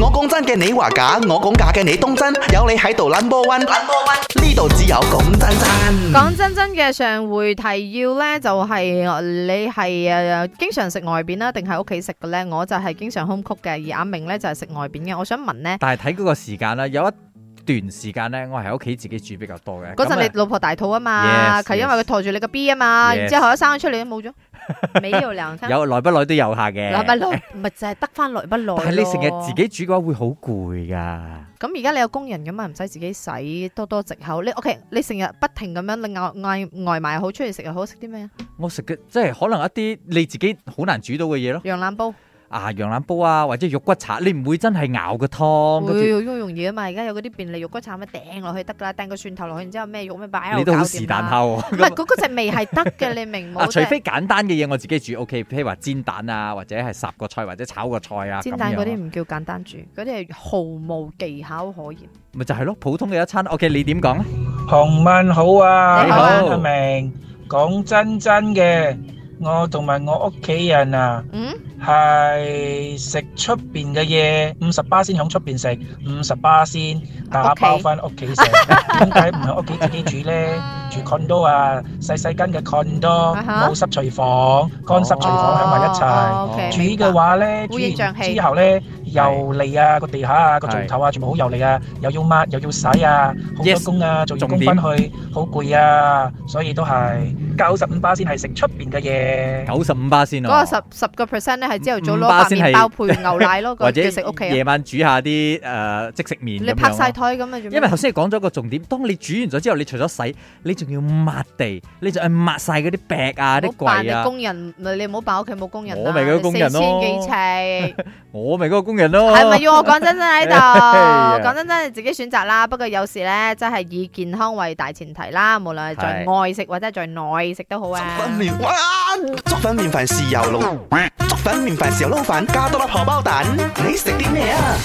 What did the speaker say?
我講真嘅，你話假；我講假嘅，你當真。有你喺度 number one，number one，呢度只有講真真。 講真真嘅，上回提要咧就係呃你係誒經常食外邊啦，定係屋企食嘅咧？我就係經常 home cook 嘅，而阿明咧就係食外邊嘅。我想問咧，但係睇嗰個時間啦，有一段時間咧，我係喺屋企自己煮比較多嘅。嗰陣咁啊你老婆大肚啊嘛， Yes，佢因為佢陀住你個 B 啊嘛， Yes 然之後一生咗出嚟都冇 咗，美有良心。有來不來都有下嘅。耐 不耐？咪就係得翻耐不耐但係你成日自己煮嘅話，會好攰噶。咁而家你有工人咁嘛，唔使自己洗，多多藉口。你 OK？你成日不停咁樣，你嗌嗌外賣又好，出去食又好，食啲咩啊？我食嘅即係可能一啲你自己好難煮到嘅嘢咯，羊腩煲，啊羊腩煲啊，或者肉骨茶，你唔會真係熬個湯，跟會住好容易啊嘛！而家有嗰啲便利肉骨茶咪掟落去得噶啦，掟個蒜頭落去，然之後咩肉咩擺落去，你都好搞掂啦是但下。喎。啊唔係嗰嗰隻味係得嘅，你明冇？啊，除非簡單嘅嘢我自己煮 OK，譬如話煎蛋啊，或者係烚個菜，或者炒個菜啊，煎咁蛋嗰啲樣咯唔叫簡單煮，嗰啲係毫無技巧可言。咪就係咯，普通嘅一餐。OK，你點講啊？洪文好啊，你好啊阿明，講真真嘅，我同埋我屋企人啊，嗯，係食出邊嘅嘢，五十巴仙響出邊食，五十巴仙打包翻屋企食。點解唔喺屋企自己煮呢？住 condo 啊，細細間嘅 condo，啊哈冇濕廚房，乾濕廚房喺埋一齊。哦，OK，Ờ, 煮明白嘅話呢，煮烏煙完瘴氣之後呢，油膩啊，個地下啊，個灶頭啊，全部好油膩啊，又要抹又要洗啊，好多 Yes，工啊，做完重工點翻去好攰啊，所以都係九十五巴仙係食出邊嘅嘢。九十五巴先嗰個咯，十十個 percent 咧係朝頭早五攞巴白先麵係包配牛奶 咯，或個者叫食屋企啊。夜晚煮下啲誒即食麵咁樣咯。你拍晒台咁啊？做咩因為頭先你講咗個重點，當你煮完咗之後，你除咗洗，你仲要抹地，你仲要抹晒嗰啲壁啊、啲唔好扮你櫃啊，工人，你你唔好扮屋企冇工人啦我咪嗰個工人四咯千幾尺，我咪嗰個工人咯。係咪要我講真真喺 度？哎呀講真真你自己選擇啦。不過有時咧，真係以健康為大前提啦，無論係在係外食或者係在內食都好啊。粉麵哇，粥粉麵飯豉油撈，粥粉麵飯豉油撈飯，加多粒荷包蛋，你食啲咩啊？